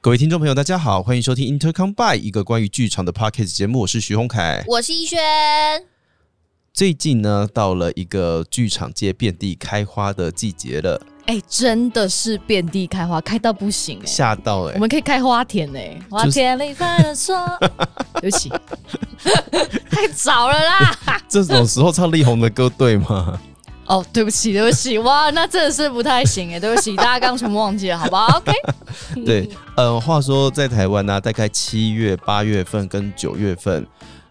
各位听众朋友，大家好，欢迎收听 Intercom By 一个关于剧场的 podcast 节目，我是徐宏凯。我是逸轩，最近呢，到了一个剧场界遍地开花的季节了，哎、真的是遍地开花，开到不行哎、吓到哎、我们可以开花田哎、花田里翻了说， 对 不起，太早了啦！这种时候唱力宏的歌对 吗？哦，对不起，对不起，哇，那真的是不太行哎、对不起，大家刚刚全部忘记了，好不 好？OK，对，呃，话说在台湾啊呢、大概七月、八月份跟九月份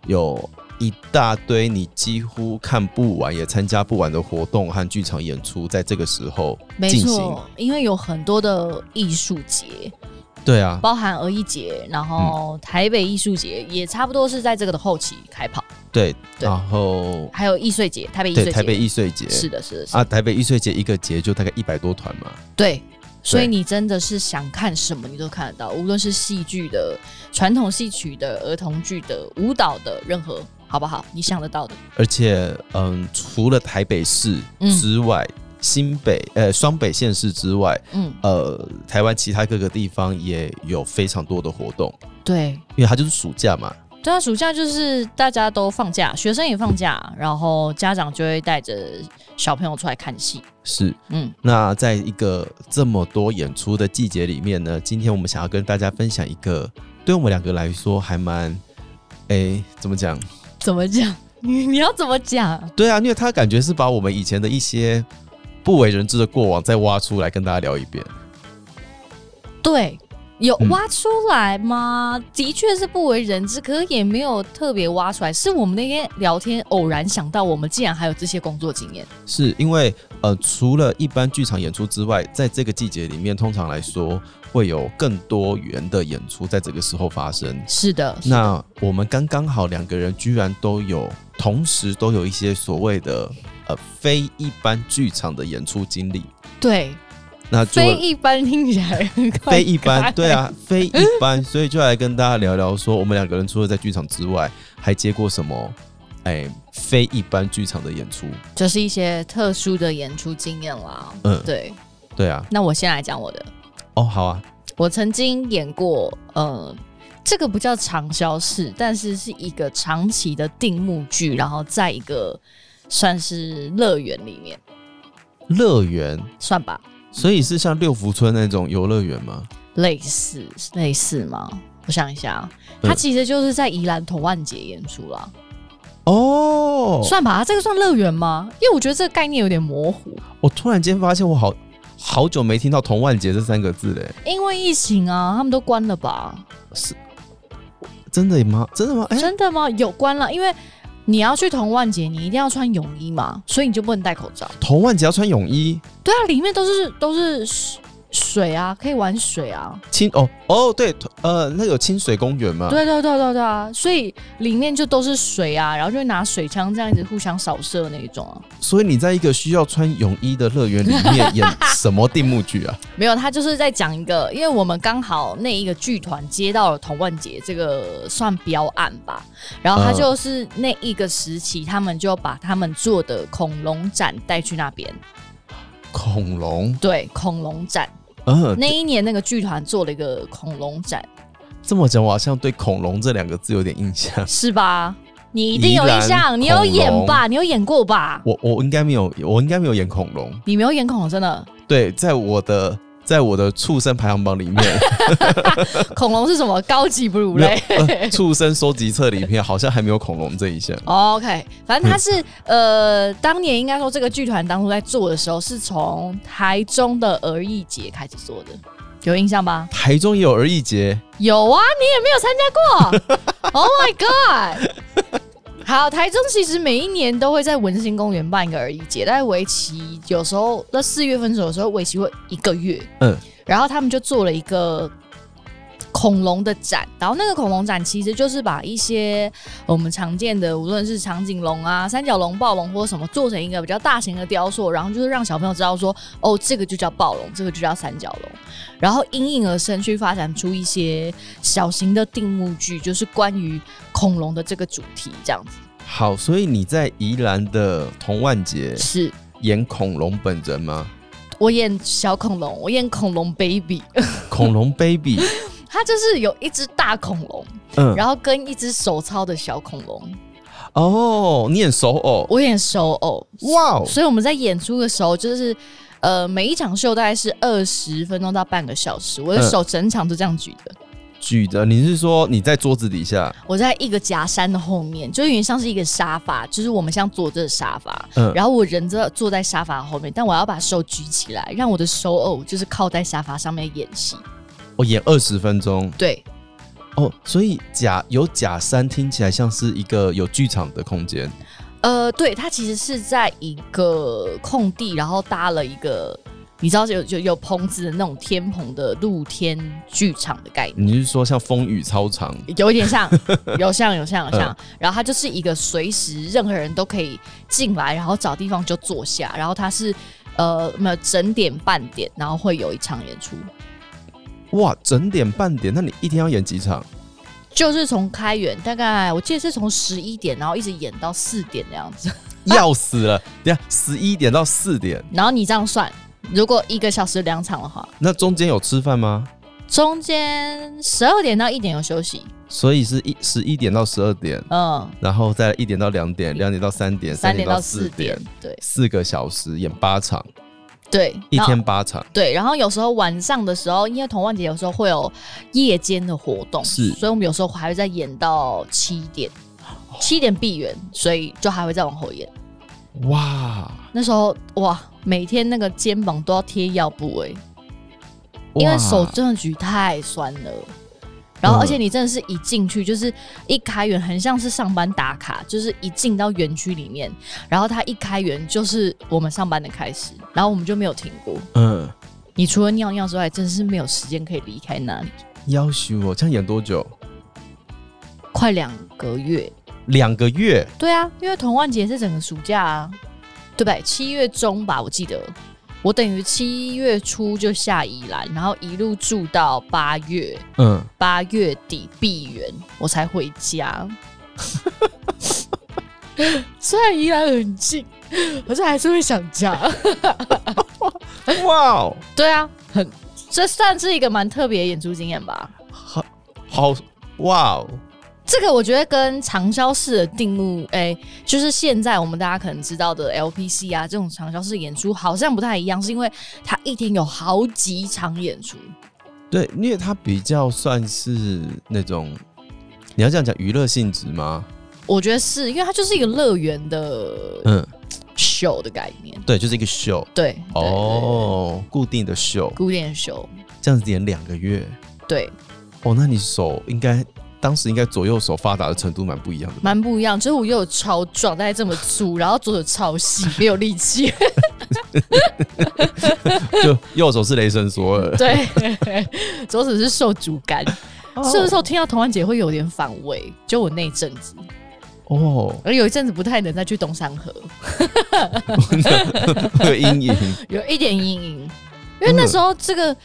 有一大堆你几乎看不完也参加不完的活动和剧场演出，在这个时候没进行。错，因为有很多的艺术节，对啊，包含儿艺节，然嗯后台北艺术节也差不多是在这个的后期开跑，对，对然后还有易碎节，台北易碎对节，台北易碎节是的，是的，是的，啊，台北易碎节一个节就大概一百多团嘛。对，所以你真的是想看什么，你都看得到，无论是戏剧的、传统戏曲的、儿童剧的、舞蹈的，任何好不好？你想得到的，而且，嗯，除了台北市嗯之外，新北呃双北县市之外，嗯，呃，台湾其他各个地方也有非常多的活动，对。因为它就是暑假嘛。对啊，暑假就是大家都放假，学生也放假，然后家长就会带着小朋友出来看戏。是，嗯，那在一个这么多演出的季节里面呢，今天我们想要跟大家分享一个，对我们两个来说还蛮，哎、怎么讲？怎么讲？ 你你要怎么讲？对啊，因为他感觉是把我们以前的一些不为人知的过往再挖出来跟大家聊一遍。对，有嗯挖出来吗？的确是不为人知，可是也没有特别挖出来，是我们那天聊天偶然想到，我们竟然还有这些工作经验。是因为呃，除了一般剧场演出之外，在这个季节里面，通常来说会有更多元的演出在这个时候发生。是的，是的那我们刚刚好两个人居然都有，同时都有一些所谓的呃非一般剧场的演出经历，对那就非一般听起来很怪非一般，怪对， 啊，非一般，所以就来跟大家聊聊说，我们两个人除了在剧场之外，还接过什么？哎，非一般剧场的演出，就是一些特殊的演出经验啦。嗯，对，对啊，那我先来讲我的，哦，好啊，我曾经演过，呃，这个不叫长销式，但是是一个长期的定目剧，然后在一个算是乐园里面，乐园，算吧，所以是像六福村那种游乐园吗？类似类似吗？我想一下啊，嗯它其实就是在宜兰头万节演出啦，哦，算吧，啊这个算乐园吗？因为我觉得这个概念有点模糊。我突然间发现我好好久没听到“童万节”这三个字嘞，因为疫情啊，他们都关了吧？真的吗？真的吗？哎、真的吗？有关了，因为你要去同万节，你一定要穿泳衣嘛，所以你就不能戴口罩。童万节要穿泳衣，对啊，里面都是都是水水啊，可以玩水啊。清哦哦，对，呃，那有清水公园嘛？，对对对对对啊，所以里面就都是水啊，然后就会拿水枪这样子互相扫射那一种啊。所以你在一个需要穿泳衣的乐园里面演什么定目剧啊？没有，他就是在讲一个，因为我们刚好那一个剧团接到了童万杰这个算标案吧，然后他嗯就是那一个时期，他们就把他们做的恐龙展带去那边， 恐龙，对，恐龙展。嗯、那一年那个剧团做了一个恐龙展，这么讲我好像对“恐龙”这两个字有点印象。是吧？你一定宜有印兰象，你有恐演龙吧？你有演过 吧？我我应该没有，我应该没有演恐龙。你没有演恐龙，真的。对，在我的在我的畜生排行榜里面，恐龙是什么高级哺乳没有类？呃畜生收集册里面好像还没有恐龙这一项。 OK，反正他是、呃，当年应该说这个剧团当初在做的时候，是从台中的儿艺节开始做的，有印象吧？台中也有儿艺节，有啊，你也没有参加过？Oh my god！好，台中其实每一年都会在文心公园办一个儿艺节，但是为期有时候那四月份的时候，有时候为期会一个月。嗯，然后他们就做了一个恐龙的展，然后那个恐龙展其实就是把一些我们常见的，无论是长颈龙啊、三角龙、暴龙或什么，做成一个比较大型的雕塑，然后就是让小朋友知道说，哦，这个就叫暴龙，这个就叫三角龙，然后因应而生去发展出一些小型的定目剧，就是关于恐龙的这个主题，这样子好，所以你在宜兰的童万节是。演恐龙本 人吗？我演小恐龙，我演恐龙 baby， 恐龙 baby，它就是有一只大恐龙，嗯，然后跟一只手操的小恐龙，哦，你很熟哦，我演手偶，哇哦，所以我们在演出的时候就是。呃，每一场秀大概是二十分钟到半个小时，我的嗯手整场都这样举的，举的你是说你在桌子底下，我在一个假山的后面，就有点像是一个沙发，就是我们像坐这个沙发，嗯然后我人在坐在沙发后面，但我要把手举起来，让我的手偶就是靠在沙发上面演戏。我哦演二十分钟对，哦，所以假有假山听起来像是一个有剧场的空间，呃，对，它其实是在一个空地，然后搭了一个。你知道有有有棚子的那种天棚的露天剧场的概念，你是说像风雨操场？有一点像， 有像有像有像。然后它就是一个随时任何人都可以进来，然后找地方就坐下。然后它是呃，没有整点半点，然后会有一场演出，哇，整点半点，那你一天要演几场？就是从开演大概我记得是从十一点，然后一直演到四点的样子。要死了！等一下十一点到四点，然后你这样算，如果一个小时两场的话，那中间有吃饭吗？中间十二点到一点有休息，所以是一十一点到十二点，嗯，然后再一点到两点，两点到三点，三点点到四四点，，对四个小时演八场，对，一然后天八场。对，然后有时候晚上的时候，因为童万节有时候会有夜间的活动，是所以我们有时候还会再演到七点，七点闭园，所以就还会再往后演。哇，那时候哇，每天那个肩膀都要贴药布哎、因哇为手真的举太酸了。然后，嗯而且你真的是一进去就是一开园，很像是上班打卡，就是一进到园区里面，然后它一开园就是我们上班的开始，然后我们就没有停过。嗯，你除了尿尿之外，真是没有时间可以离开那里。要求我这样演多久？快两个月，两个月对啊，因为童万节是整个暑假啊，对吧？七月中吧，我记得我等于七月初就下宜兰，然后一路住到八月，嗯，八月底闭园，我才回家。 虽然宜兰很近，可是还是会想家。 哇哦，对啊，很，这算是一个蛮特别的演出经验吧。好，好，哇哦，这个我觉得跟长销式的定目，哎、就是现在我们大家可能知道的 LPC 啊，这种长销式演出好像不太一样，是因为它一天有好几场演出。对，因为它比较算是那种，你要这样讲娱乐性质吗？我觉得是因为它就是一个乐园的嗯，秀的概念，对，就是一个秀对，对，哦，固定的秀对，古典秀，这样子演两个月，对，哦，那你手应该当时应该左右手发达的程度蛮不一样的吧，蛮不一样。就是我右手超壮，大概这么粗，然后左手超细，没有力气。 就右手是雷神索尔，对，左手是受竹竿， 哦是不是我听到童安姐会有点反胃？就我那一阵子，哦，而有一阵子不太能再去东山河，会有阴 影，有一点阴影，因为那时候这个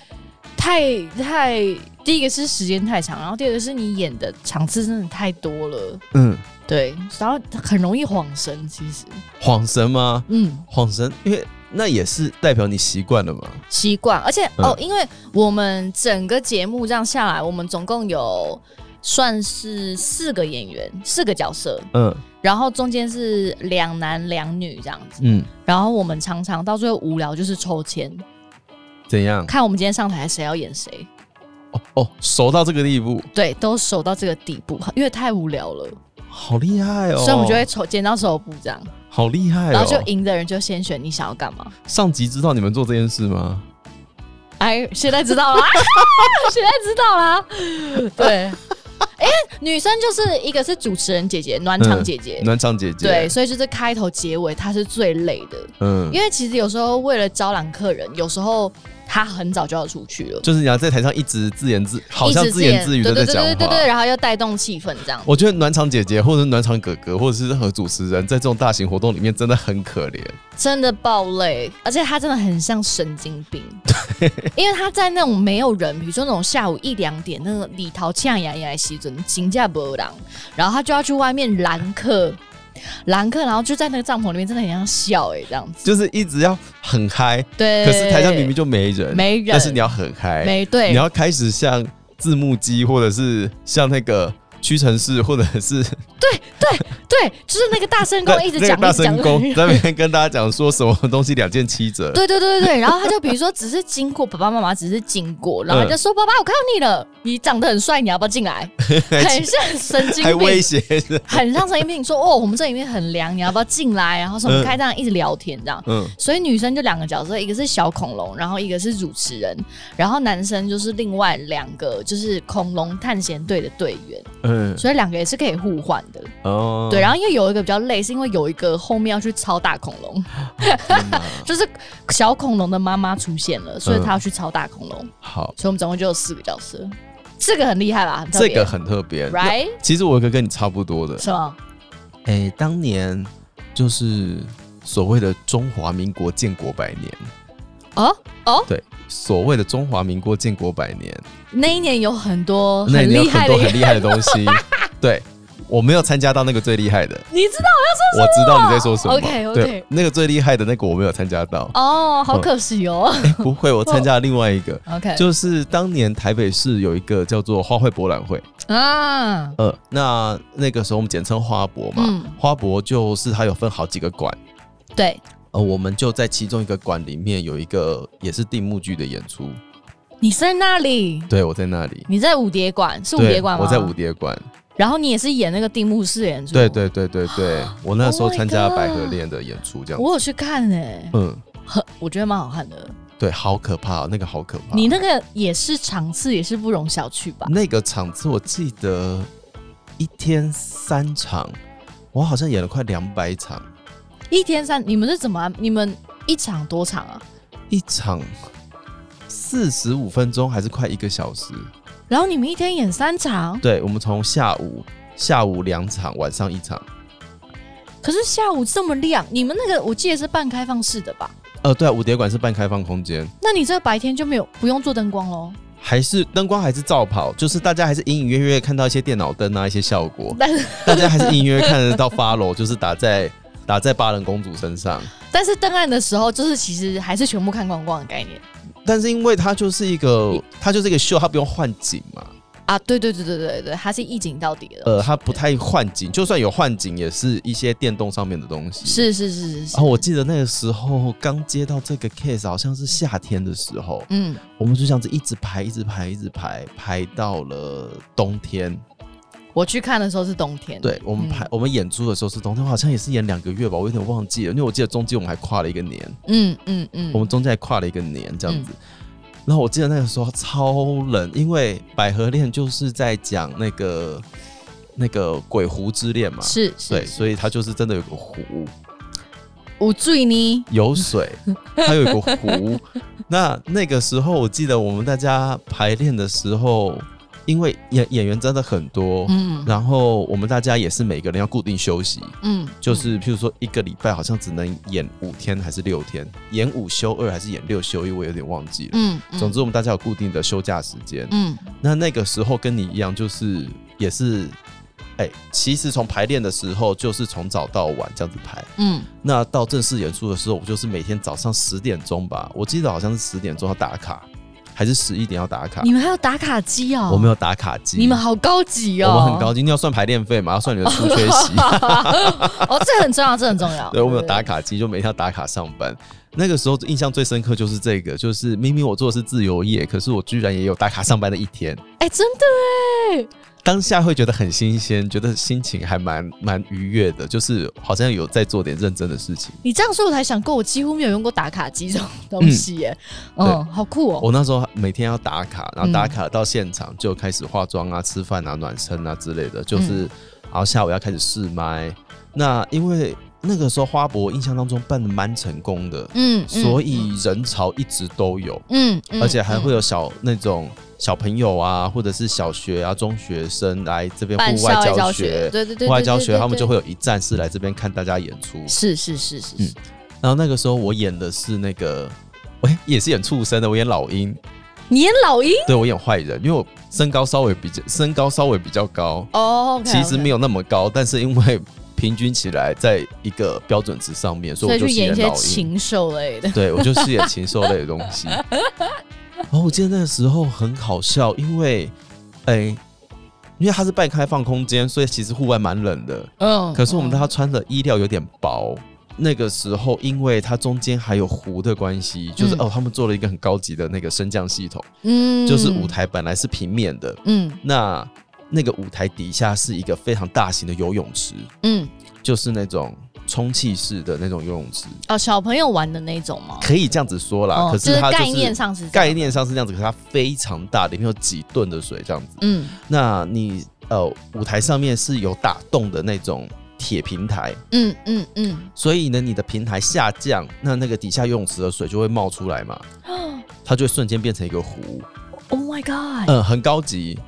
太太第一个是时间太长，然后第二个是你演的场次真的太多了，嗯，对，然后很容易晃神。其实，晃神吗？嗯，晃神，因为那也是代表你习惯了嘛。习惯，而且、嗯哦，因为我们整个节目这样下来，我们总共有算是四个演员，四个角色，嗯然后中间是两男两女这样子，嗯，然后我们常常到最后无聊就是抽签，怎样？看我们今天上台谁要演谁。哦哦，熟到这个地步，对，都熟到这个地步，因为太无聊了，好厉害哦！所以我们就会抽剪刀手布这样，好厉害哦。然后就赢的人就先选你想要干嘛。上级知道你们做这件事吗？哎，现在知 道啦，现在知道啦。对，哎、女生就是一个是主持人姐姐，暖场姐姐，嗯暖场姐姐，对，，所以就是开头结尾她是最累的，嗯，因为其实有时候为了招揽客人，有时候她很早就要出去了，就是你要在台上一直自言自，好像一直自言自语的在对对讲对对对对，话。然后要带动气氛这样。我觉得暖场姐姐，或者是暖场哥哥，或者是任何主持人，在这种大型活动里面真的很可怜。真的爆累，而且他真的很像神经 病，因为他在那种没有人，比如说那种下午一两点，那个李桃呛牙牙西准金价波浪，然后他就要去外面揽客，揽客，然后就在那个帐篷里面，真的很像笑哎、这样子，就是一直要很嗨，对。可是台上明明就没人，没人但是你要很嗨，没对，你要开始像字幕机，或者是像那个屈臣氏，或者是对，就是那个大声公一直 那讲个大一直讲声，公在那边跟大家讲说什么东西两件七折， 对对对对对，然后他就比如说只是经过，爸爸妈妈只是经过，然后嗯他就说：“爸爸，我看到你了，你长得很帅，你要不要进来？” 很像神经还威病，胁着，很像神经病。说：“哦，我们这里面很凉，你要不要进来？”然后什么嗯开这样一直聊天这样。嗯，所以女生就两个角色，一个是小恐龙，然后一个是主持人，然后男生就是另外两个就是恐龙探险队的队员，嗯，所以两个也是可以互换的。哦，对，然后因为有一个比较累，是因为有一个后面要去操大恐 龙，天哪就是小恐龙的妈妈出现了，所以嗯她要去操大恐龙，好，所以我们总共就有四个角色，这个很厉害吧？很特这别个很特别。那，right 其实我有一个跟你差不多的，是吗？哎、当年就是所谓的中华民国建国百年，哦哦，对，所谓的中华民国建国百年，那一年有很多那哦很里面厉有很害的多人，很厉害的东西。 对，我没有参加到那个最厉害的，你知道我知哦道你在说什么。 OK，OK 对，那个最厉害的那个我没有参加到。哦，好可惜哦。哎、不会，我参加了另外一个， OK，就是当年台北市有一个叫做花卉博览会，啊，呃，那那个时候我们简称花博嘛，嗯花博就是它有分好几个馆。对，呃，我们就在其中一个馆里面有一个也是定目剧的演出，你在那里，对我在那里，你在五蝶馆，是五对蝶馆吗？我在五，蝶馆，然后你也是演那个定目饰演出，对，对对对对， 我那时候 Oh my 参加 God 百合恋的演出，这样，我有去看诶、嗯，很，我觉得蛮好看的。对，好可怕哦，那个好可怕，你那个也是场次，也是不容小觑吧？那个场次我记得一天三场，我好像演了快两百场，一天三，你们是怎么安？你们一场多长啊？一场四十五分钟还是快一个小时，然后你们一天演三场，对，我们从下午下午两场，晚上一场。可是下午这么亮，你们那个我记得是半开放式的吧？呃，对、啊，五蝶馆是半开放空间，那你这个白天就没有不用做灯光喽？还是灯光还是照跑，就是大家还是隐隐约约看到一些电脑灯啊，一些效 果，但是大家还是隐隐约约看得到 follow，就是打在打在巴人公主身上。但是登岸的时候，就是其实还是全部看光光的概念但是因为它就是一个，它就是一个秀，它不用换景嘛，啊！对对对对对对，它是一景到底的。呃，它不太换景，就算有换景，也是一些电动上面的东西。。是是是是是然后我记得那个时候刚接到这个 case，好像是夏天的时候，嗯，我们就这样子一直排，一直排，一直排，排到了冬天。我去看的时候是冬天，对我们嗯排、我们演出的时候是冬天，我好像也是演两个月吧，我有点忘记了，因为我记得中间我们还跨了一个年，嗯嗯嗯，我们中间还跨了一个年这样子。然后我记得那个时候超冷，因为《百合恋》就是在讲那个那个鬼狐之恋嘛，是对，是所以它就是真的有个湖，我醉呢，有 水，它有一个湖。那那个时候我记得我们大家排练的时候，因为演演员真的很多，嗯然后我们大家也是每个人要固定休息，嗯，就是譬如说一个礼拜好像只能演五天还是六天，演五休二还是演六休一，我有点忘记了。嗯，嗯总之我们大家有固定的休假时间。嗯那那个时候跟你一样，就是也是，哎、其实从排练的时候就是从早到晚这样子排。嗯那到正式演出的时候，我就是每天早上十点钟吧，我记得好像是十点钟要打卡，还是十一点要打卡你。们还有打卡机哦？啊我们有打卡机，你们好高级哦，我们很高级，你要算排练费嘛，要算你的出缺席。哦，这很重要，这很重 要。对，我们有打卡机，就每天要打卡上班。那个时候印象最深刻就是这个，就是明明我做的是自由业，可是我居然也有打卡上班的一天。哎、真的哎，当下会觉得很新鲜，觉得心情还蛮蛮愉悦的，就是好像有在做点认真的事情。你这样说我才想过，我几乎没有用过打卡机这种东西耶。嗯，好酷哦。我那时候每天要打卡，然后嗯打卡到现场就开始化妆啊、吃饭啊、暖身啊之类的，嗯就是、然后下午要开始试麦。那因为那个时候花博印象当中办的蛮成功的，嗯，所以人潮一直都有。嗯，嗯而且还会有有小那种小朋友啊，或者是小学啊、中学生来这边办户外校外教学，学。对对对，户外教学，他们就会会有一站是来这边看大家演出。是是是是嗯是，然后那个时候我演的是那个，喂、也是演畜生的，我演老鹰，你演老鹰对我演坏人，因为我身高稍微比较身高稍微比较高，哦，其实没有，有那么高，但是因为平均起来在一个标准值上面，所以我就所以去是演一些老鹰。禽兽类的。 对，我就是演禽兽类的东西。然后我记得那个时候很好笑，因为哎、因为它是半开放空间，所以其实户外蛮冷的。嗯可是我们嗯他穿的衣料有点薄。那个时候，因为它中间还有湖的关系，就是、嗯哦，他们做了一个很高级的那个升降系统，嗯就是舞，台本来是平面的，嗯那那个舞台底下是一个非常大型的游泳池，嗯，就是那种充气式的那种游泳池，哦，小朋友玩的那种吗？可以这样子说啦。哦可就是它概是念上是这样概，念上是这样子，可是它非常大，里面有几吨的水这样子。嗯那你呃，舞台上面是有打洞的那种铁平台，嗯嗯嗯，所以呢，你的平台下降，那那个底下游泳池的水就会冒出来嘛，哦它就会瞬间变成一个湖， ，Oh my god！嗯，很高级。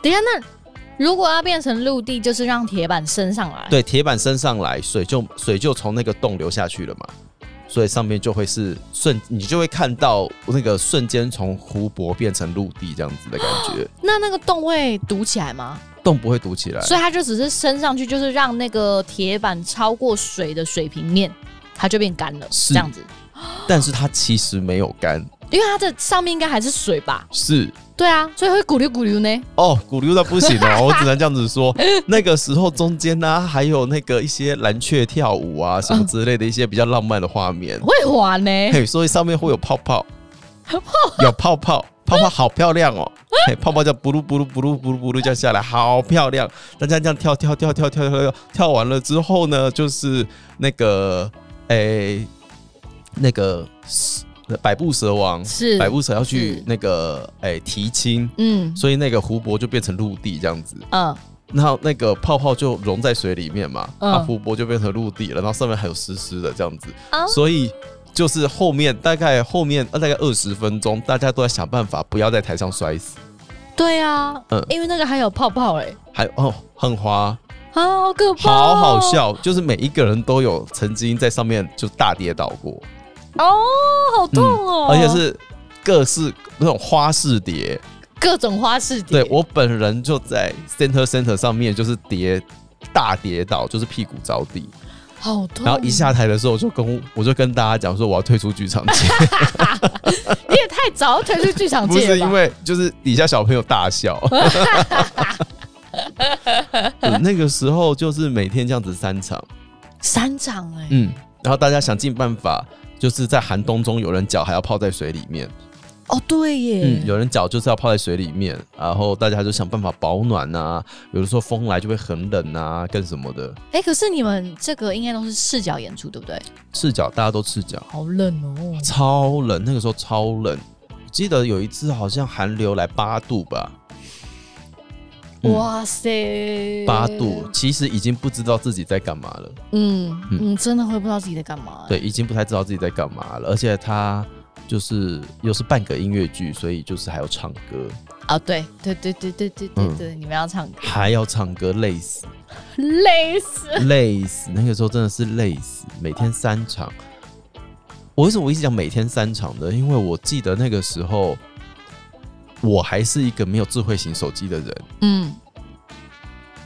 等一下，那如果要变成陆地，就是让铁板升上来，，对，铁板升上来，水就水就从那个洞流下去了嘛，所以上面就会是瞬，你就会看到那个瞬间从湖泊变成陆地这样子的感 觉，那那个洞会堵起来吗？洞不会堵起来。所以它就只是升上去，就是让那个铁板超过水的水平面，它就变干了，是这样子。但是它其实没有干，因为它的上面应该还是水吧？是对啊，所以会咕溜咕溜呢。哦，鼓溜到不行哦，我只能这样子说。那个时候中间呢、还有那个一些蓝雀跳舞啊什么之类的一些比较浪漫的画面，会滑呢，嘿，所以上面会有泡泡，有泡泡，泡泡好漂亮哦，嘿，泡泡叫布噜布噜布噜布噜布噜这样下来，好漂亮。大家这样跳跳跳跳跳跳跳，跳完了之后呢，就是那个诶、那个百步蛇王，是百步蛇要去是那个诶、提亲。 嗯所以那个湖泊就变成陆地这样子，嗯，然后那个泡泡就融在水里面嘛，嗯那、湖泊就变成陆地了，然后上面还有湿湿的这样子，哦所以就是后面大概后面呃大概二十分钟，大家都在想办法不要在台上摔死，对啊，嗯因为那个还有泡泡哎、还哦很滑，啊，好可怕、好好笑，就是每一个人都有曾经在上面就大跌倒过，哦，好痛哦，嗯而且是各式那种花式跌，各种花式对蝶，我本人就在 Center Center 上面就是跌大跌倒，就是屁股着地。好痛，哦然后一下台的时候，我就跟我就跟大家讲说，我要退出剧场界，你也太早退出剧场不界是了因哦吧？为就是底下小朋友大 笑。嗯那个时候就是每天这样子三场，三场哎、嗯，然后大家想尽办法，就是在寒冬中，有人脚还要泡在水里面，哦对耶，嗯，有人脚就是要泡在水里面，然后大家就想办法保暖啊，有的时候风来就会很冷啊，跟什么的，哎、可是你们这个应该都是视角演出，对不对？赤脚大家都赤脚，好冷哦，超冷，那个时候超冷。我记得有一次好像寒流来八度吧，嗯哇塞，八度，，其实已经不知道自己在干嘛了，嗯嗯嗯，真的会不知道自己在干嘛、对，已经不太知道自己在干嘛了。而且他就是又是半个音乐剧，所以就是还要唱歌，啊，对对对对对对对对，你们要唱歌，还要唱歌，累死，累死，累死。那个时候真的是累死，每天三场。我为什么我一直讲每天三场呢？因为我记得那个时候，我还是一个没有智慧型手机的人，嗯。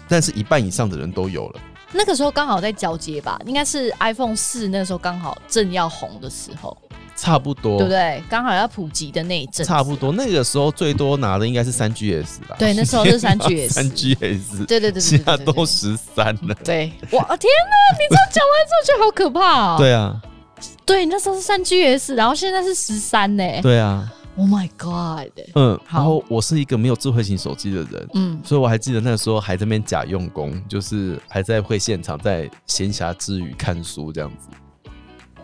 但是一半以上的人都有了。那个时候刚好在交接吧，应该是 iPhone 四那时候刚好正要红的时候，差不多，对不对？刚好要普及的那一阵子，差不多，那个时候最多拿的应该是三 GS 吧？对那时候是 3GS 三 GS，对。对对对其对他对都对对，十三了。对，哇天哪！你这样讲完之后觉得好可怕哦。对啊，对，那时候是三 GS，然后现在是十三呢。对啊， Oh my god！嗯。好然后我是一个没有智慧型手机的人，嗯，所以我还记得那时候还在那边假用功，就是还在会现场在闲暇之余看书这样子。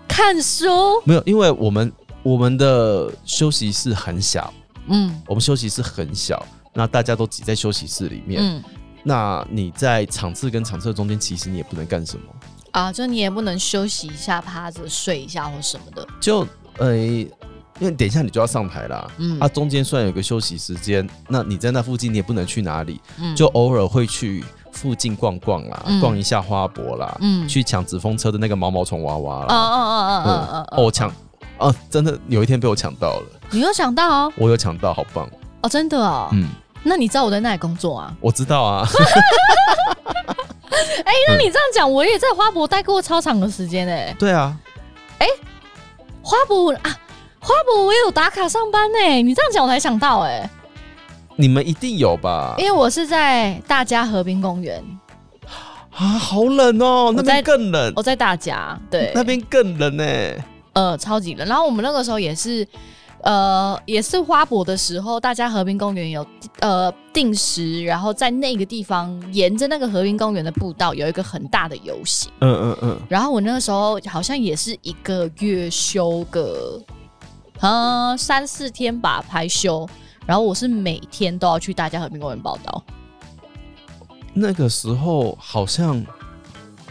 看书，没有，因为我们我们的休息室很小，嗯我们休息室很小，那大家都挤在休息室里面。嗯那你在场次跟场次的中间，其实你也不能干什么。啊，就你也不能休息一下、趴着睡一下或什么的。就呃，因为等一下你就要上台啦，嗯啊，中间虽然有个休息时间，那你在那附近你也不能去哪里，嗯，就偶尔会去附近逛逛啦，嗯逛一下花博啦，嗯去抢纸风车的那个毛毛虫娃娃哦啦，哦哦哦哦哦哦，我抢。啊，真的有一天被我抢到了，你又想到哦，我有抢到，好棒！哦真的哦。嗯，那你知道我在那里工作啊？我知道 啊，哎、那你这样讲，我也在花博待过超长的时间哎、对啊，欸花博啊，花博我也有打卡上班哎、你这样讲我才想到哎、你们一定有吧？因为我是在大家河滨公园，啊，好冷哦，那我在边更冷，我在大家对那边更冷呢、呃超级冷。然后我们那个时候也是。呃，也是花博的时候，大家河滨公园有呃定时，然后在那个地方沿着那个河滨公园的步道有一个很大的游行。嗯嗯嗯，然后我那个时候好像也是一个月休个，呃三四天吧排休，然后我是每天都要去大家和平公园报道。那个时候好像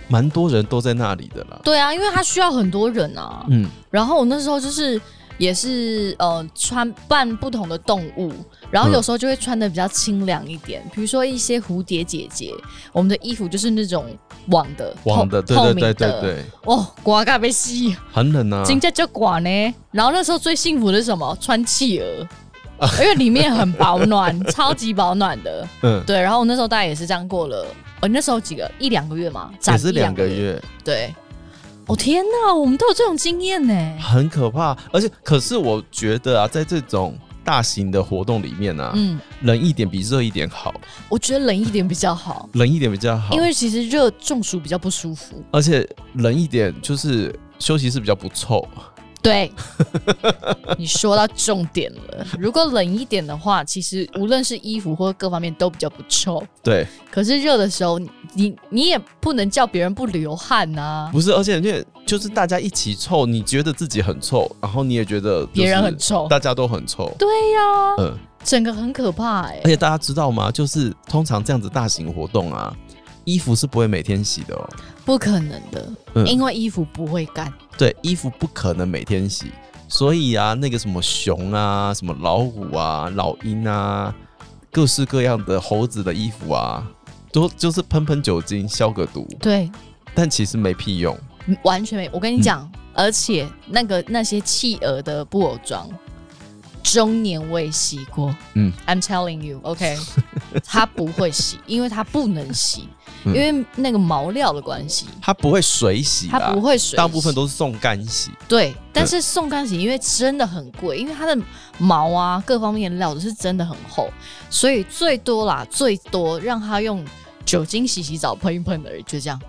蛮多人都在那里的啦。对啊，因为他需要很多人啊。嗯，然后我那时候就是也是呃穿扮不同的动物，然后嗯有时候就会穿的比较清凉一点，比如说一些蝴蝶姐姐，我们的衣服就是那种网的网的，透对透对明的对对对，哦，刮嘎被吸。很冷啊。金价就管呢。然后那时候最幸福的是什么？穿企鹅，啊因为里面很保 暖，超级保暖的。嗯，对，然后我那时候大概也是这样过了，我、那时候几个一两个月嘛，也展是一两个。月，对，哦天哪，我们都有这种经验呢。很可怕。而且，可是我觉得啊，在这种大型的活动里面啊，嗯，冷一点比热一点好，我觉得冷一点比较好，冷一点比较好，因为其实热中暑比较不舒服。而且冷一点就是休息室比较不臭。对， 你说到重点了。如果冷一点的话，其实无论是衣服或各方面都比较不臭。对，可是热的时候，你你你也不能叫别人不流汗啊呐、不是，而且因为就是大家一起臭，你觉得自己很臭，然后你也觉得就是别人很臭大家都很臭。对呀、嗯，整个很可怕哎、而且大家知道吗？就是通常这样子大型活动啊，衣服是不会每天洗的哦。不可能的，嗯因为衣服不会干。对，衣服不可能每天洗，所以啊，那个什么熊啊、什么老虎啊、老鹰啊，各式各样的猴子的衣服啊，都就是喷喷酒精消个毒，对，但其实没屁用。嗯完全没。我跟你讲，嗯而且那个那些企鹅的布偶装，中年未洗过。嗯嗯，I'm telling you，OK，、它不会洗，因为它不能洗，嗯因为那个毛料的关系，它不会水洗它啦不，会水洗。大部分都是送干洗。对，但是送干洗因为真的很贵，因为它的毛啊各方面的料子是真的很厚，所以最多啦，最多让它用酒精洗洗澡喷一喷而已，就这样。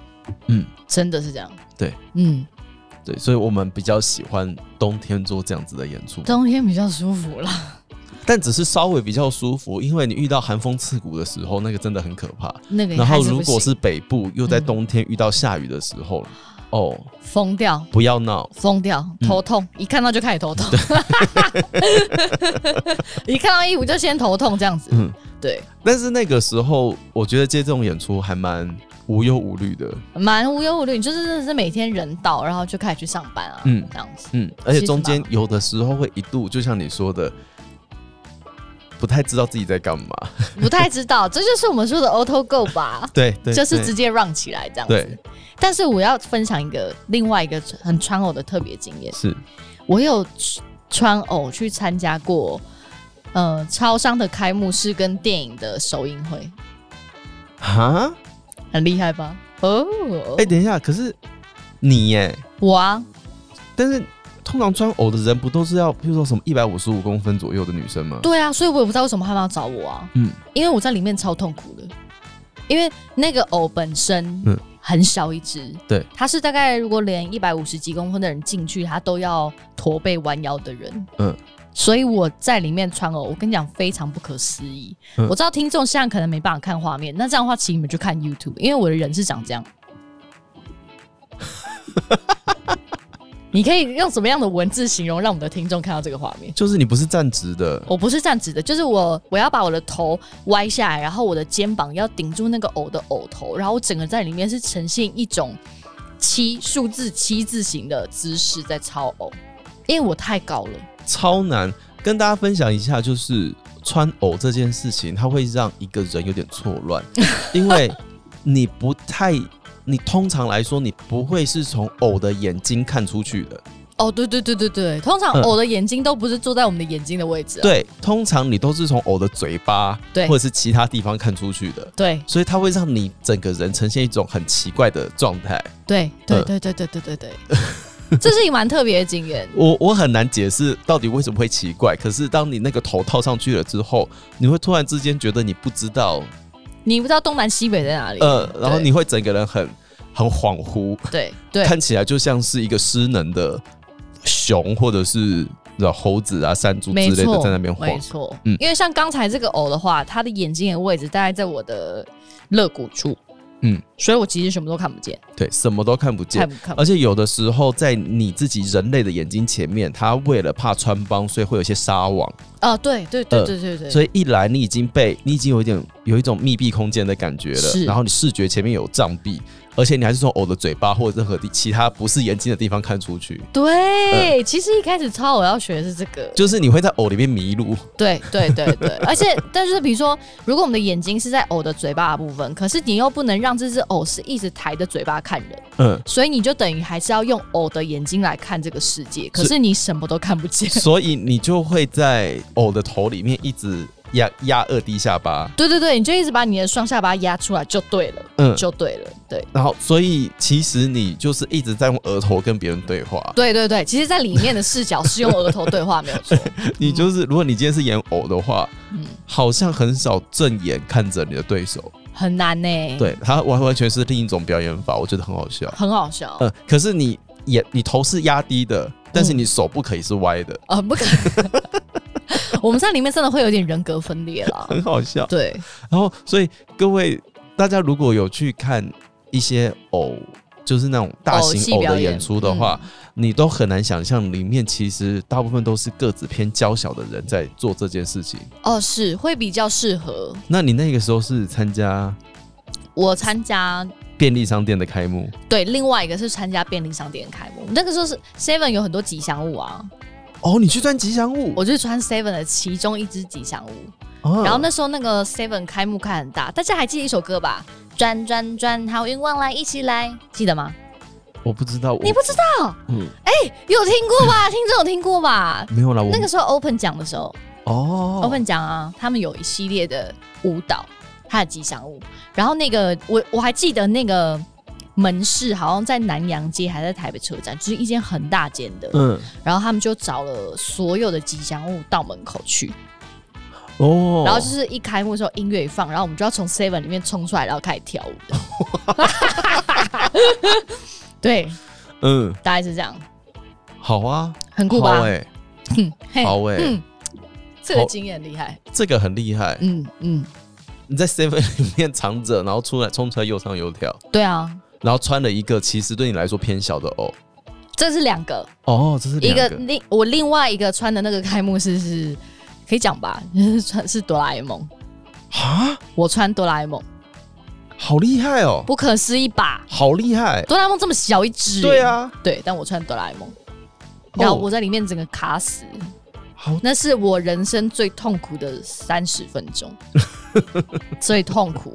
嗯，真的是这样。对，嗯，对，所以我们比较喜欢冬天做这样子的演出，冬天比较舒服啦。但只是稍微比较舒服，因为你遇到寒风刺骨的时候，那个真的很可怕。那个也然还后是如不果行是北部又在嗯冬天遇到下雨的时候，哦，疯掉。不要闹，疯掉，嗯头痛，一看到就开始头痛， 一看到衣服就先头痛这样子。嗯对，但是那个时候，我觉得接这种演出还蛮无忧无虑的，蛮无忧无虑，你就是真的是每天人到，然后就开始去上班啊，嗯这样子。嗯，而且中间其有的时候会一度，就像你说的，不太知道自己在干嘛， 不太知道，这就是我们说的 auto go 吧，对对，就是对直接 run 起来这样对子。但是我要分享一个另外一个很穿偶的特别经验，是，我有穿偶去参加过，呃，超商的开幕式跟电影的首映会，哈，哦很厉害吧？哦，哎、等一下，可是你耶，我啊，但是通常穿偶的人不都是要，譬如说什么一百五十五公分左右的女生吗？对啊，所以我也不知道为什么他们要找我啊，嗯，因为我在里面超痛苦的，因为那个偶本身嗯很小一只，对，它是大概如果连一百五十几公分的人进去，他都要驼背弯腰的人，嗯嗯，所以我在里面穿偶，我跟你讲非常不可思议。嗯我知道听众现在可能没办法看画面，那这样的话，请你们去看 YouTube，因为我的人是长 这样。你可以用什么样的文字形容让我们的听众看到这个画面？就是你不是站直的，我不是站直的，就是我我要把我的头歪下来，然后我的肩膀要顶住那个偶的偶头，然后我整个在里面是呈现一种七数字七字形的姿势在操偶，因为我太高了。超难。跟大家分享一下，就是穿偶这件事情，它会让一个人有点错乱，因为你不太，你通常来说，你不会是从偶的眼睛看出去的。哦，对对对对对，通常嗯偶的眼睛都不是坐在我们的眼睛的位置啊、对，通常你都是从偶的嘴巴，对或者是其他地方看出去的，对所以它会让你整个人呈现一种很奇怪的状态。对对嗯对对对对对对。这是一个蛮特别的经验。我我很难解释到底为什么会奇怪，可是当你那个头套上去了之后，你会突然之间觉得你不知道，你不知道东南西北在哪里，呃，然后对你会整个人很很恍惚，对对，看起来就像是一个失能的熊或者是呃猴子啊、山猪之没类的错，在那边晃没。错，嗯因为像刚才这个偶的话，他的眼睛的位置大概在我的肋骨处，嗯，所以我其实什么都看不见，对，什么都看不见看。不看不而且有的时候，在你自己人类的眼睛前面，它为了怕穿帮，所以会有一些纱网。哦，对对对呃对对对，所以一来，你已经被你已经有一点有一种密闭空间的感觉了是，然后你视觉前面有障壁，而且你还是从偶的嘴巴或任何地其他不是眼睛的地方看出去，对，其实一开始超我要学的是这个，呃就是你会在偶里面迷路。对对对对， 而且但就是比如说，如果我们的眼睛是在偶的嘴巴的部分，可是你又不能让这只偶是一直抬着嘴巴看人，嗯，所以你就等于还是要用偶的眼睛来看这个世界，可是你什么都看不 见。所以你就会在偶的头里面一直压压二低下巴。对对对，你就一直把你的双下巴压出来就对了，嗯，就对了，对。然后所以其实你就是一直在用额头跟别人对话。对对对，其实，在里面的视角是用额头对话，没有错。 你就是，如果你今天是演偶的话，嗯，好像很少正眼看着你的对手，很难呢、，对他完完全是另一种表演法，我觉得很好笑。很好嗯笑。呃，可是你眼你头是压低的，但是你手不可以是歪的，呃，不可能。 我们在里面真的会有点人格分裂 啦。很好笑。对，然后，所以各位大家如果有去看一些偶，就是那种大型偶戏偶表的演嗯演出的话，嗯你都很难想象里面其实大部分都是个子偏娇小的人在做这件事情。哦，是会比较适合那你那个时候是参加我参加。便利商店的开幕？对，另外一个是参加便利商店开幕，那个时候是 Seven 有很多吉祥物啊，哦，你去穿吉祥物，我就穿 Seven 的其中一只吉祥物。啊然后那时候那个 Seven 开幕开很大，大家还记得一首歌吧？转转转，好运旺来，一起来，记得吗？我不知道，我你不知道？嗯有听过 吧？听众有听过吧？没有啦，我那个时候 Open 讲的时候、哦 o p e n 讲啊，他们有一系列的舞蹈，他的吉祥物。然后那个我我还记得那个门市好像在南洋街，还在台北车站，就是一间很大间的。嗯然后他们就找了所有的吉祥物到门口去，哦，然后就是一开幕的时候音乐一放，然后我们就要从 Seven 里面冲出来，然后开始跳舞的。 对，嗯，大概是这样，好啊，很酷好吧？哎，嘿好哎嗯，这个好经验厉害。这个很厉害，嗯嗯，你在 seven 里面藏着，然后出来冲出来又唱又跳，对啊，然后穿了一个其实对你来说偏小的偶，这是两个，哦，这是一两个嗯另我另外一个穿的那个开幕式是可以讲吧， 就是穿是哆啦 A 梦，啊，我穿哆啦 A 梦，好厉害哦，不可思议吧？好厉害，哆啦 A 梦这么小一只，对，啊，哦对，但我穿哆啦 A 梦，然后我在里面整个卡死，好那是我人生最痛苦的三十分 钟，最痛苦。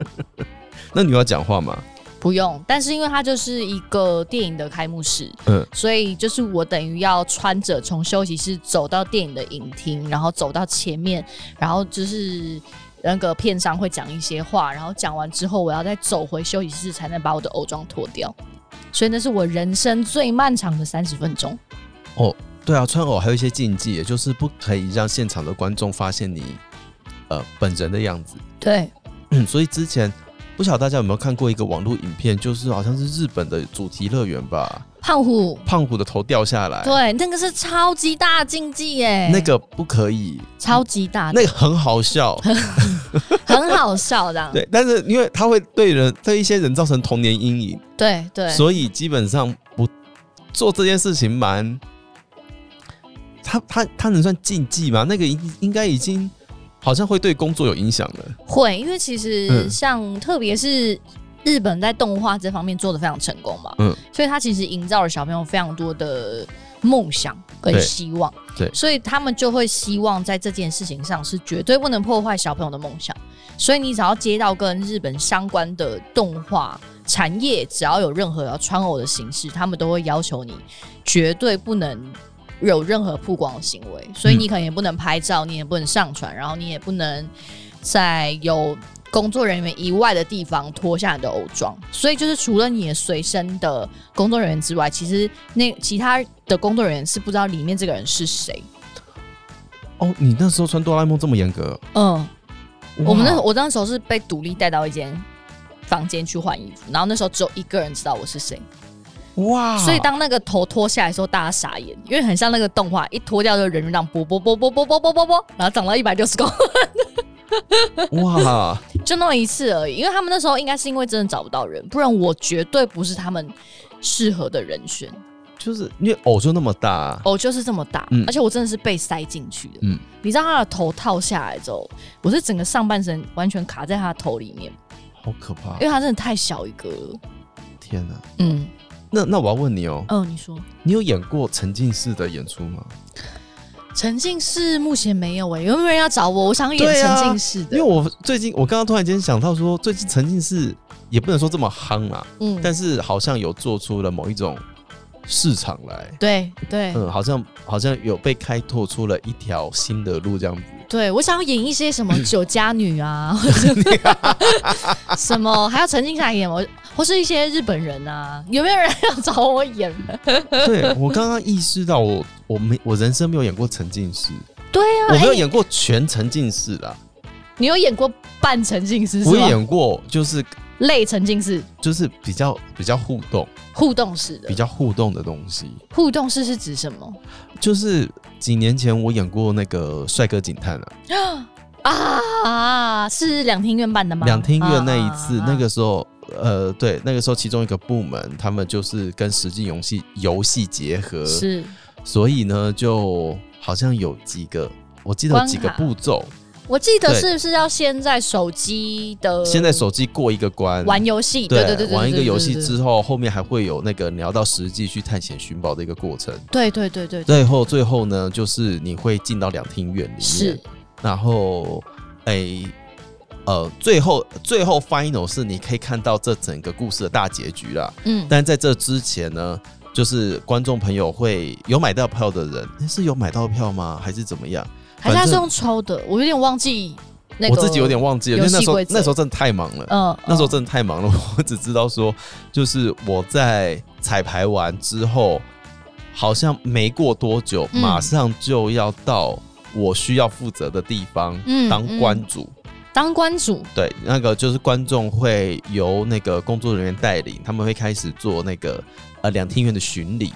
那你有要讲话吗？不用，但是因为它就是一个电影的开幕式，嗯所以就是我等于要穿着从休息室走到电影的影厅，然后走到前面，然后就是那个片商会讲一些话，然后讲完之后，我要再走回休息室才能把我的偶装脱掉，所以那是我人生最漫长的三十分钟。对啊，穿偶还有一些禁忌，也就是不可以让现场的观众发现你呃本人的样子。对，嗯，所以之前不晓得大家有没有看过一个网络影片，就是好像是日本的主题乐园吧，胖虎，胖虎的头掉下来，对，那个是超级大的禁忌耶，那个不可以，超级大的，那个很好 笑，很好笑的啊，对，但是因为它会对人对一些人造成童年阴影，对对，所以基本上不做这件事情蛮，他他他能算禁忌吗？那个应应该已经好像会对工作有影响了，会，因为其实嗯像、特别是日本在动画这方面做的非常成功嘛，嗯所以它其实营造了小朋友非常多的梦想跟对希望，对所以他们就会希望在这件事情上是绝对不能破坏小朋友的梦想，所以你只要接到跟日本相关的动画。产业只要有任何要穿偶的形式，他们都会要求你绝对不能嗯有任何曝光的行为，所以你可能也不能拍照，你也不能上传，然后你也不能在有工作人员以外的地方脱下你的偶装。所以就是除了你的随身的工作人员之外，其实那其他的工作人员是不知道里面这个人是谁。哦，你那时候穿哆啦 A 梦这么严格？嗯，我们那哇我那时候是被独立带到一间房间去换衣服，然后那时候只有一个人知道我是谁，哇，所以当那个头脱下来的时候，大家傻眼，因为很像那个动画，一脱掉就人就这样啵啵啵啵啵啵啵啵啵，然后长到一百六十公，哇，就那么一次而已。因为他们那时候应该是因为真的找不到人，不然我绝对不是他们适合的人选。就是因为偶就那么大，哦，就是这么大，嗯而且我真的是被塞进去的。嗯你知道他的头套下来之后，我是整个上半身完全卡在他的头里面，好可怕因！为他真的太小一个了。天哪，嗯那那我要问你哦，嗯、你说。你有演过沉浸式的演出吗？沉浸式目前没有哎、有没有人要找我？我想演对啊沉浸式因的。为我最近，我刚刚突然间想到说，最近沉浸式也不能说这么夯啦，嗯，但是好像有做出了某一种市场来，对对、嗯，好像好像有被开拓出了一条新的路这 样子。对，我想要演一些什么酒家女 啊，或者是什么还要沉浸下来演我，或是一些日本人啊，有没有人要找我演？对我刚刚意识到我，我没我人生没有演过沉浸式，对啊，我没有哎演过全沉浸式啦，你有演过半沉浸式是我吗？演过就是类沉浸式、就是比较比较互动、互动式比的。较互动的东西。互动式是指什么就是几年前我演过那个《帅哥警探》啊，啊？是两厅院办的吗？两厅院那一次，啊那个时候。呃，对，那个时候其中一个部门，他们就是跟实际游戏游戏结合，是所以呢，就好像有几个，我记得有几个关卡步骤，我记得对是不是要先在手机的先在手机过一个关，玩游戏，对对对对，玩一个游戏对之后，后面还会有那个你要到实际去探险寻宝的一个过程。对对对对对，最后，最后呢，就是你会进到两厅院里面是，然后，诶、呃，最后最后 final 是你可以看到这整个故事的大结局啦。嗯，但在这之前呢，就是观众朋友会有买到票的人，诶是有买到票吗？还是怎么样？还是它反是正用抽的，我有点忘记那个，我自己有点忘记了，因游为戏那时候规则那时候真的太忙了，嗯，嗯，那时候真的太忙了。 我只知道说，就是我在彩排完之后，好像没过多久，嗯马上就要到我需要负责的地方、嗯当关主。当关主，对，那个就是观众会由那个工作人员带领，他们会开始做那个呃两厅院的巡礼，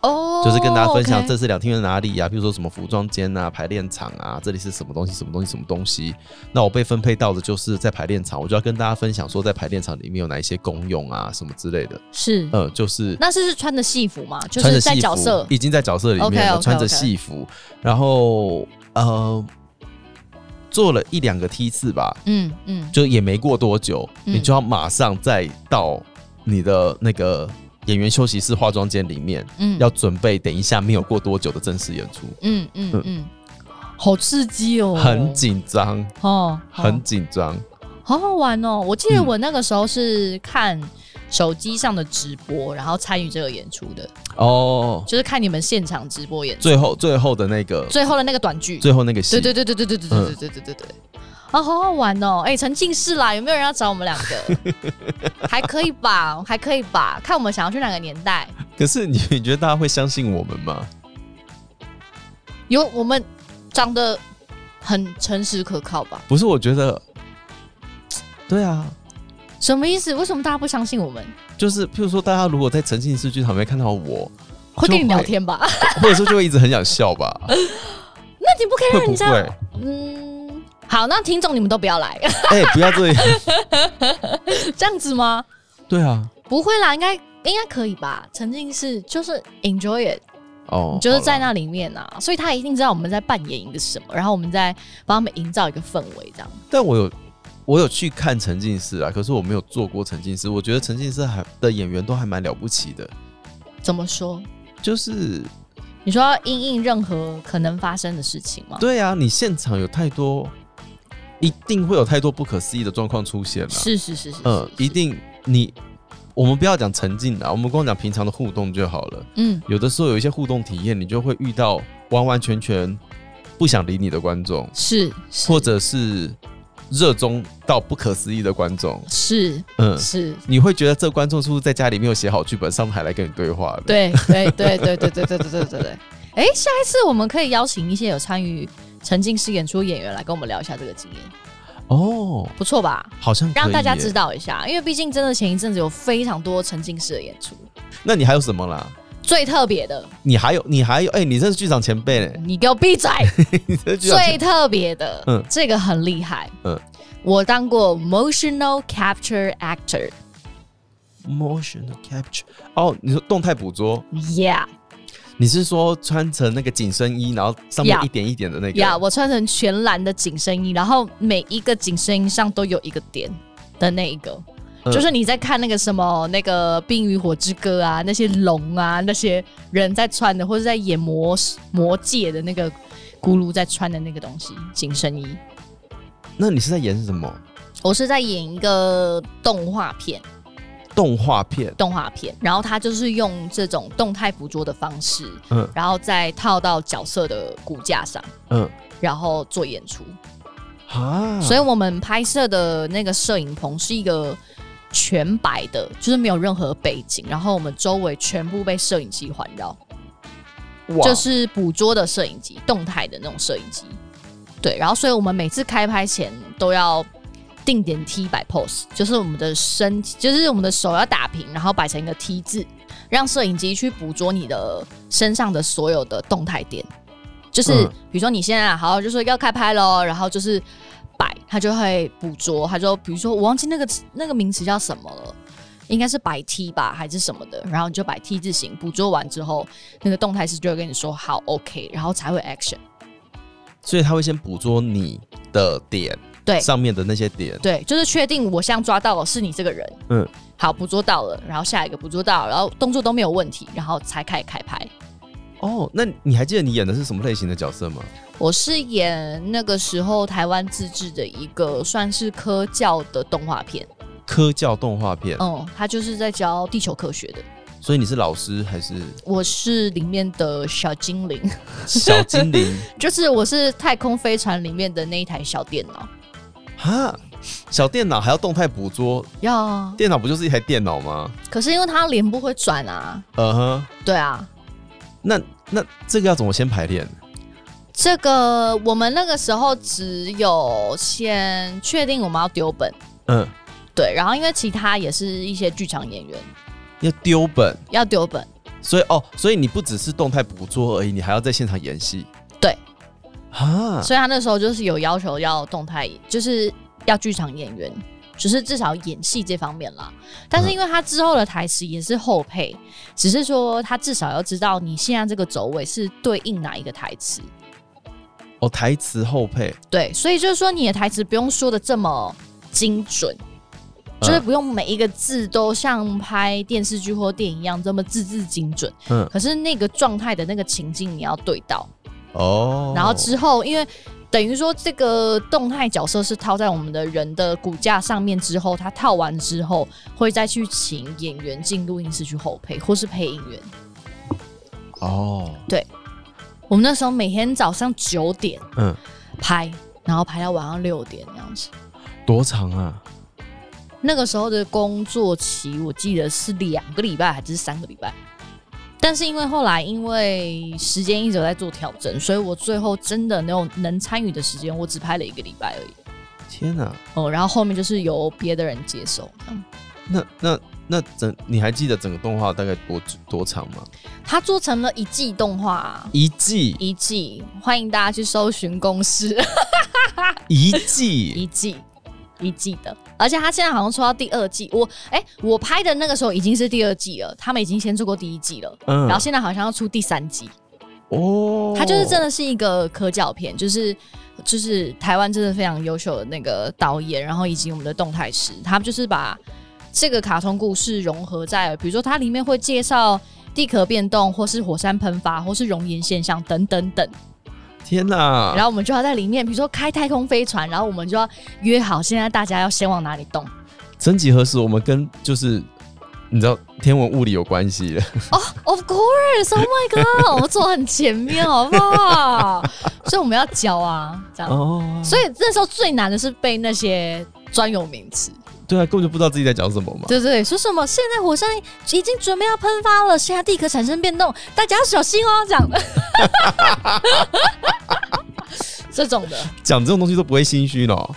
哦，就是跟大家分享 OK 这次两厅院哪里啊，比如说什么服装间啊、排练场啊，这里是什么东西、什么东西、什么东西。那我被分配到的就是在排练场，我就要跟大家分享说在排练场里面有哪一些功用啊，什么之类的。是，呃，就是那是是穿的戏服嘛，就穿着是戏在服，角色，已经在角色里面了 OK，OK，OK 穿着戏服，然后呃做了一两个梯次吧，嗯嗯，就也没过多久，嗯你就要马上再到你的那个演员休息室化妆间里面，嗯要准备等一下没有过多久的正式演出，嗯嗯嗯，好刺激哦，呃很紧张，哦，好很紧张。好好玩哦！我记得嗯我那个时候是看手机上的直播，然后参与这个演出的，哦，就是看你们现场直播演出，最后最后的那个最后的那个短剧，最后那个戏，对对对对对对对对对对对对对。啊，好好玩哦！哎、沉浸式啦，有没有人要找我们两 个？还可以吧，还可以吧，看我们想要去哪个年代。可是你你觉得大家会相信我们吗？有我们长得很诚实可靠吧？不是，我觉得，对啊，什么意思？为什么大家不相信我们？就是譬如说，大家如果在沉浸式剧场里面看到我，会跟你就聊天吧？或者说就会一直很想笑吧？ 那哎你不可以会让不人家会？嗯，好，那听众你们都不要来， 哎、不要这样。 这样子吗？对啊，不会啦，应该应该可以吧？沉浸式就是 enjoy it，哦你，就是在好啦那里面啊，所以他一定知道我们在扮演一个什么，然后我们在帮他们营造一个氛围，这样。但我有我有去看沉浸式啊，可是我没有做过沉浸式。我觉得沉浸式还的演员都还蛮了不起的，怎么说？就是你说要因应任何可能发生的事情吗？对啊，你现场有太多，一定会有太多不可思议的状况出现了、是是是是，嗯，是一，定你。我们不要讲沉浸啦，我们光讲平常的互动就好了。嗯，有的时候有一些互动体验，你就会遇到完完全全不想理你的观众，是是，或者是热衷到不可思议的观众，是嗯，是，你会觉得这观众是不是在家里没有写好剧本，上台来跟你对话的？，对对对对对对对对对对对。哎，下一次我们可以邀请一些有参与沉浸式演出的演员来跟我们聊一下这个经验，哦，不错吧？好像可让以大家耶知。道一下，因为毕竟真的前一阵子有非常多沉浸式的演出，那你还有什么啦？最特别的，你还有，你还有，哎、你这是剧场前辈嘞，你给我闭嘴！你这是剧场前最特别的，嗯这个很厉害，嗯我当过 motional capture actor。 motion capture。哦，你说动态捕捉， Yeah, 你是说穿成那个紧身衣，然后上面 Yeah 一点一点的那个 yeah，我穿成全蓝的紧身衣，然后每一个紧身衣上都有一个点的那一个，嗯就是你在看那个什么那个《冰与火之歌》啊，那些龙啊，那些人在穿的，或者在演魔魔界的那个咕噜在穿的那个东西，紧身衣。那你是在演什么我是在演一个动画片，动画片？动画片，然后他就是用这种动态捕捉的方式，嗯然后再套到角色的骨架上，嗯然后做演出。啊，所以我们拍摄的那个摄影棚是一个全白的，就是没有任何背景，然后我们周围全部被摄影机环绕，哇就是捕捉的摄影机，动态的那种摄影机。对，然后所以我们每次开拍前都要定点 T 摆 pose，就是我们的身体，就是我们的手要打平，然后摆成一个 T 字，让摄影机去捕捉你的身上的所有的动态点。就是、嗯比如说你现在啊好，就说要开拍喽，然后就是摆，它就会捕捉，它就比如说我忘记那个那个名词叫什么了。应该是摆 T 吧，还是什么的，然后你就摆 T 字形捕捉完之后，那个动态师就会跟你说好 OK，然后才会 action。所以他会先捕捉你的点，对上面的那些点，对，就是确定我像抓到了是你这个人，嗯嗯，好，捕捉到了，然后下一个捕捉到了，然后动作都没有问题，然后才开始开拍。哦，那你还记得你演的是什么类型的角色吗？我是演那个时候台湾自制的一个算是科教的动画片，科教动画片，嗯，它就是在教地球科学的。所以你是老师还是我是里面的小精灵， 小精灵？就是我是太空飞船里面的那一台小电脑。哈，小电脑还要动态捕捉，要啊，电脑不就是一台电脑吗？可是因为它脸部会转啊，嗯哼，对啊，那那这个要怎么先排练？这个我们那个时候只有先确定我们要丢本，嗯，对，然后因为其他也是一些剧场演员要丢本，要丢本，所以哦，所以你不只是动态捕捉而已，你还要在现场演戏。对，啊，所以他那时候就是有要求要动态，就是要剧场演员，只是至少演戏这方面啦。但是因为他之后的台词也是后配，只是说他至少要知道你现在这个走位是对应哪一个台词，哦，台词后配，对，所以就是说你的台词不用说的这么精准，就是不用每一个字都像拍电视剧或电影一样这么字字精准。嗯可是那个状态的那个情境你要对到，哦，然后之后因为。等于说，这个动态角色是套在我们的人的骨架上面之后，它套完之后会再去请演员进录音室去后配，或是配音员。哦，我们那时候每天早上九点嗯，拍，然后拍到晚上六点那样子。多长啊？那个时候的工作期，我记得是两个礼拜还是三个礼拜。但是因为后来因为时间一直有在做调整，所以我最后真的那种能参与的时间，我只拍了一个礼拜而已。天啊哪、哦，然后后面就是由别的人接手。嗯那那那整，你还记得整个动画大概多多长吗？它做成了一季动画、一季，一季，欢迎大家去搜寻公式一 一季，季。一季的，而且它现在好像出到第二季，我哎、我拍的那个时候已经是第二季了，他们已经先做过第一季了，嗯然后现在好像要出第三季，哦，它就是真的是一个科教片，就是就是台湾真的非常优秀的那个导演，然后以及我们的动态师，他们就是把这个卡通故事融合在，比如说它里面会介绍地壳变动，或是火山喷发，或是熔岩现象等等等，天哪、然后我们就要在里面，比如说开太空飞船，然后我们就要约好现在大家要先往哪里动，曾几何时，我们跟就是你知道天文物理有关系了。 Of course, oh my god，我们走很前面，好不 好？所以我们要教啊，这样。哦，所以那时候最难的是背那些专有名词，对啊，根本就不知道自己在讲什么嘛。对对对，说什么现在火山已经准备要喷发了，现在地壳产生变动，大家要小心哦，这样的。 这种的，讲这种东西都不会心虚哦。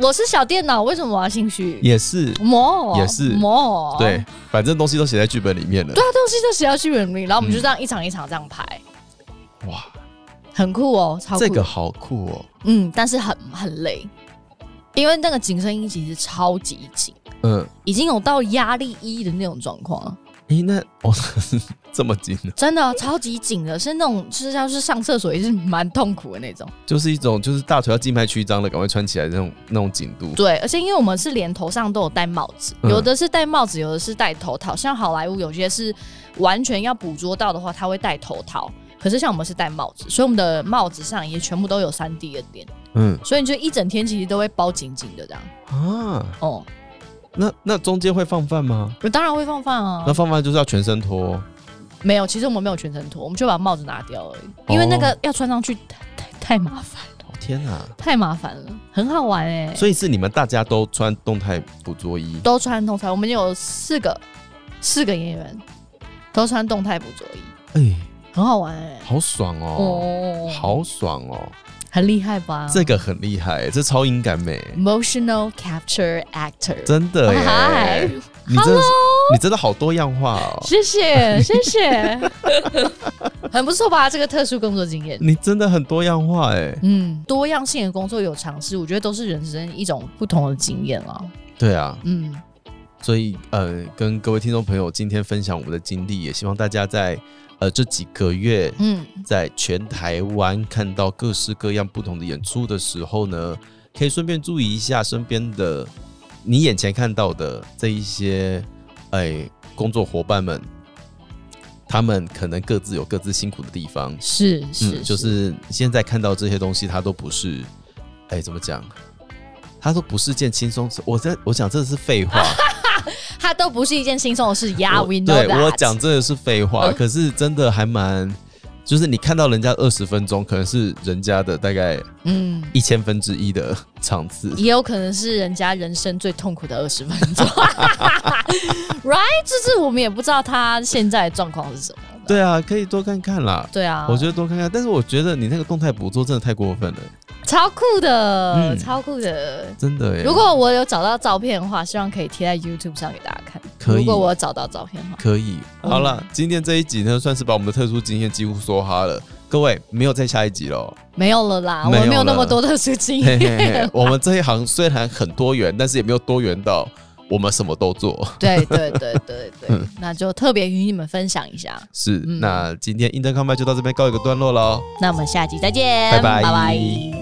我是小电脑，为什么我要心虚？也是，魔哦也是魔，对，反正东西都写在剧本里面了啊对。啊，东西就写到剧本里，然后嗯我们就这样一场一场这样排，哇，很酷哦，超酷。这个好酷哦。嗯，但是很很累，因为那个紧身衣其实超级紧，嗯，已经有到压力衣的那种状况了，诶、那哦， 这么紧，哦真的超级紧的，是那种就是要是上厕所也是蛮痛苦的那种。就是一种就是大腿要静脉曲张了，赶快穿起来那种那种紧度。对，而且因为我们是连头上都有戴帽子，嗯有的是戴帽子，有的是戴头套，像好莱坞有些是完全要捕捉到的话，他会戴头套。可是像我们是戴帽子，所以我们的帽子上也全部都有三 D 的点，嗯所以你就一整天其实都会包紧紧的这样。啊，哦、那那中间会放饭吗？我当然会放饭啊。那放饭就是要全身脱哦。没有，其实我们没有全身脱，我们就把帽子拿掉而已，因为那个要穿上去太太太麻烦，哦天啊！太麻烦了，很好玩哎、所以是你们大家都穿动态捕捉衣，都穿动态，我们有四个四个演员都穿动态捕捉衣，哎、很好玩哎、好爽哦，哦，啊好爽哦，很厉害吧？这个很厉害，这超音感美，嗯 emotional capture actor，哦真的嗨耶！你真的是你真的好多样化哦，谢谢谢谢， 很不错吧？这个特殊工作经验。你真的很多样化哎。嗯，多样性的工作有尝试，我觉得都是人生一种不同的经验啦。对啊，嗯，所以呃，跟各位听众朋友今天分享我们的经历，也希望大家在呃这几个月嗯，在全台湾看到各式各样不同的演出的时候呢，可以顺便注意一下身边的你眼前看到的这一些哎工作伙伴们，他们可能各自有各自辛苦的地方，是是、嗯，就是现在看到这些东西，它都不是，哎、怎么讲？它都不是件轻松事。我在我讲真的是废 话，它都不是一件轻松的事呀、我 we know 对 that。我讲真的是废话，嗯可是真的还蛮，就是你看到人家二十分钟，可能是人家的大概嗯，一千分之一的 场次。也有可能是人家人生最痛苦的二十分 钟，right？就是我们也不知道他现在的状况是什么。对啊，可以多看看啦。对啊，我觉得多看看，但是我觉得你那个动态捕捉真的太过分了，超酷的，嗯超酷的。真的耶。如果我有找到照片的话，希望可以贴在 YouTube 上给大家看。可以如果我有找到照片的话，可以，嗯好了，今天这一集呢，算是把我们的特殊经验几乎说哈了。各位没有再下一集喽。没有了啦，没有我没有那了么多特殊经嘿验。嘿嘿， 我们这一行虽然很多元，但是也没有多元到我们什么都做。 对对对对 对，那就特别与你们分享一下。是，嗯那今天 Intern 麦就到这边告一个段落喽。那我们下集再见，拜拜拜拜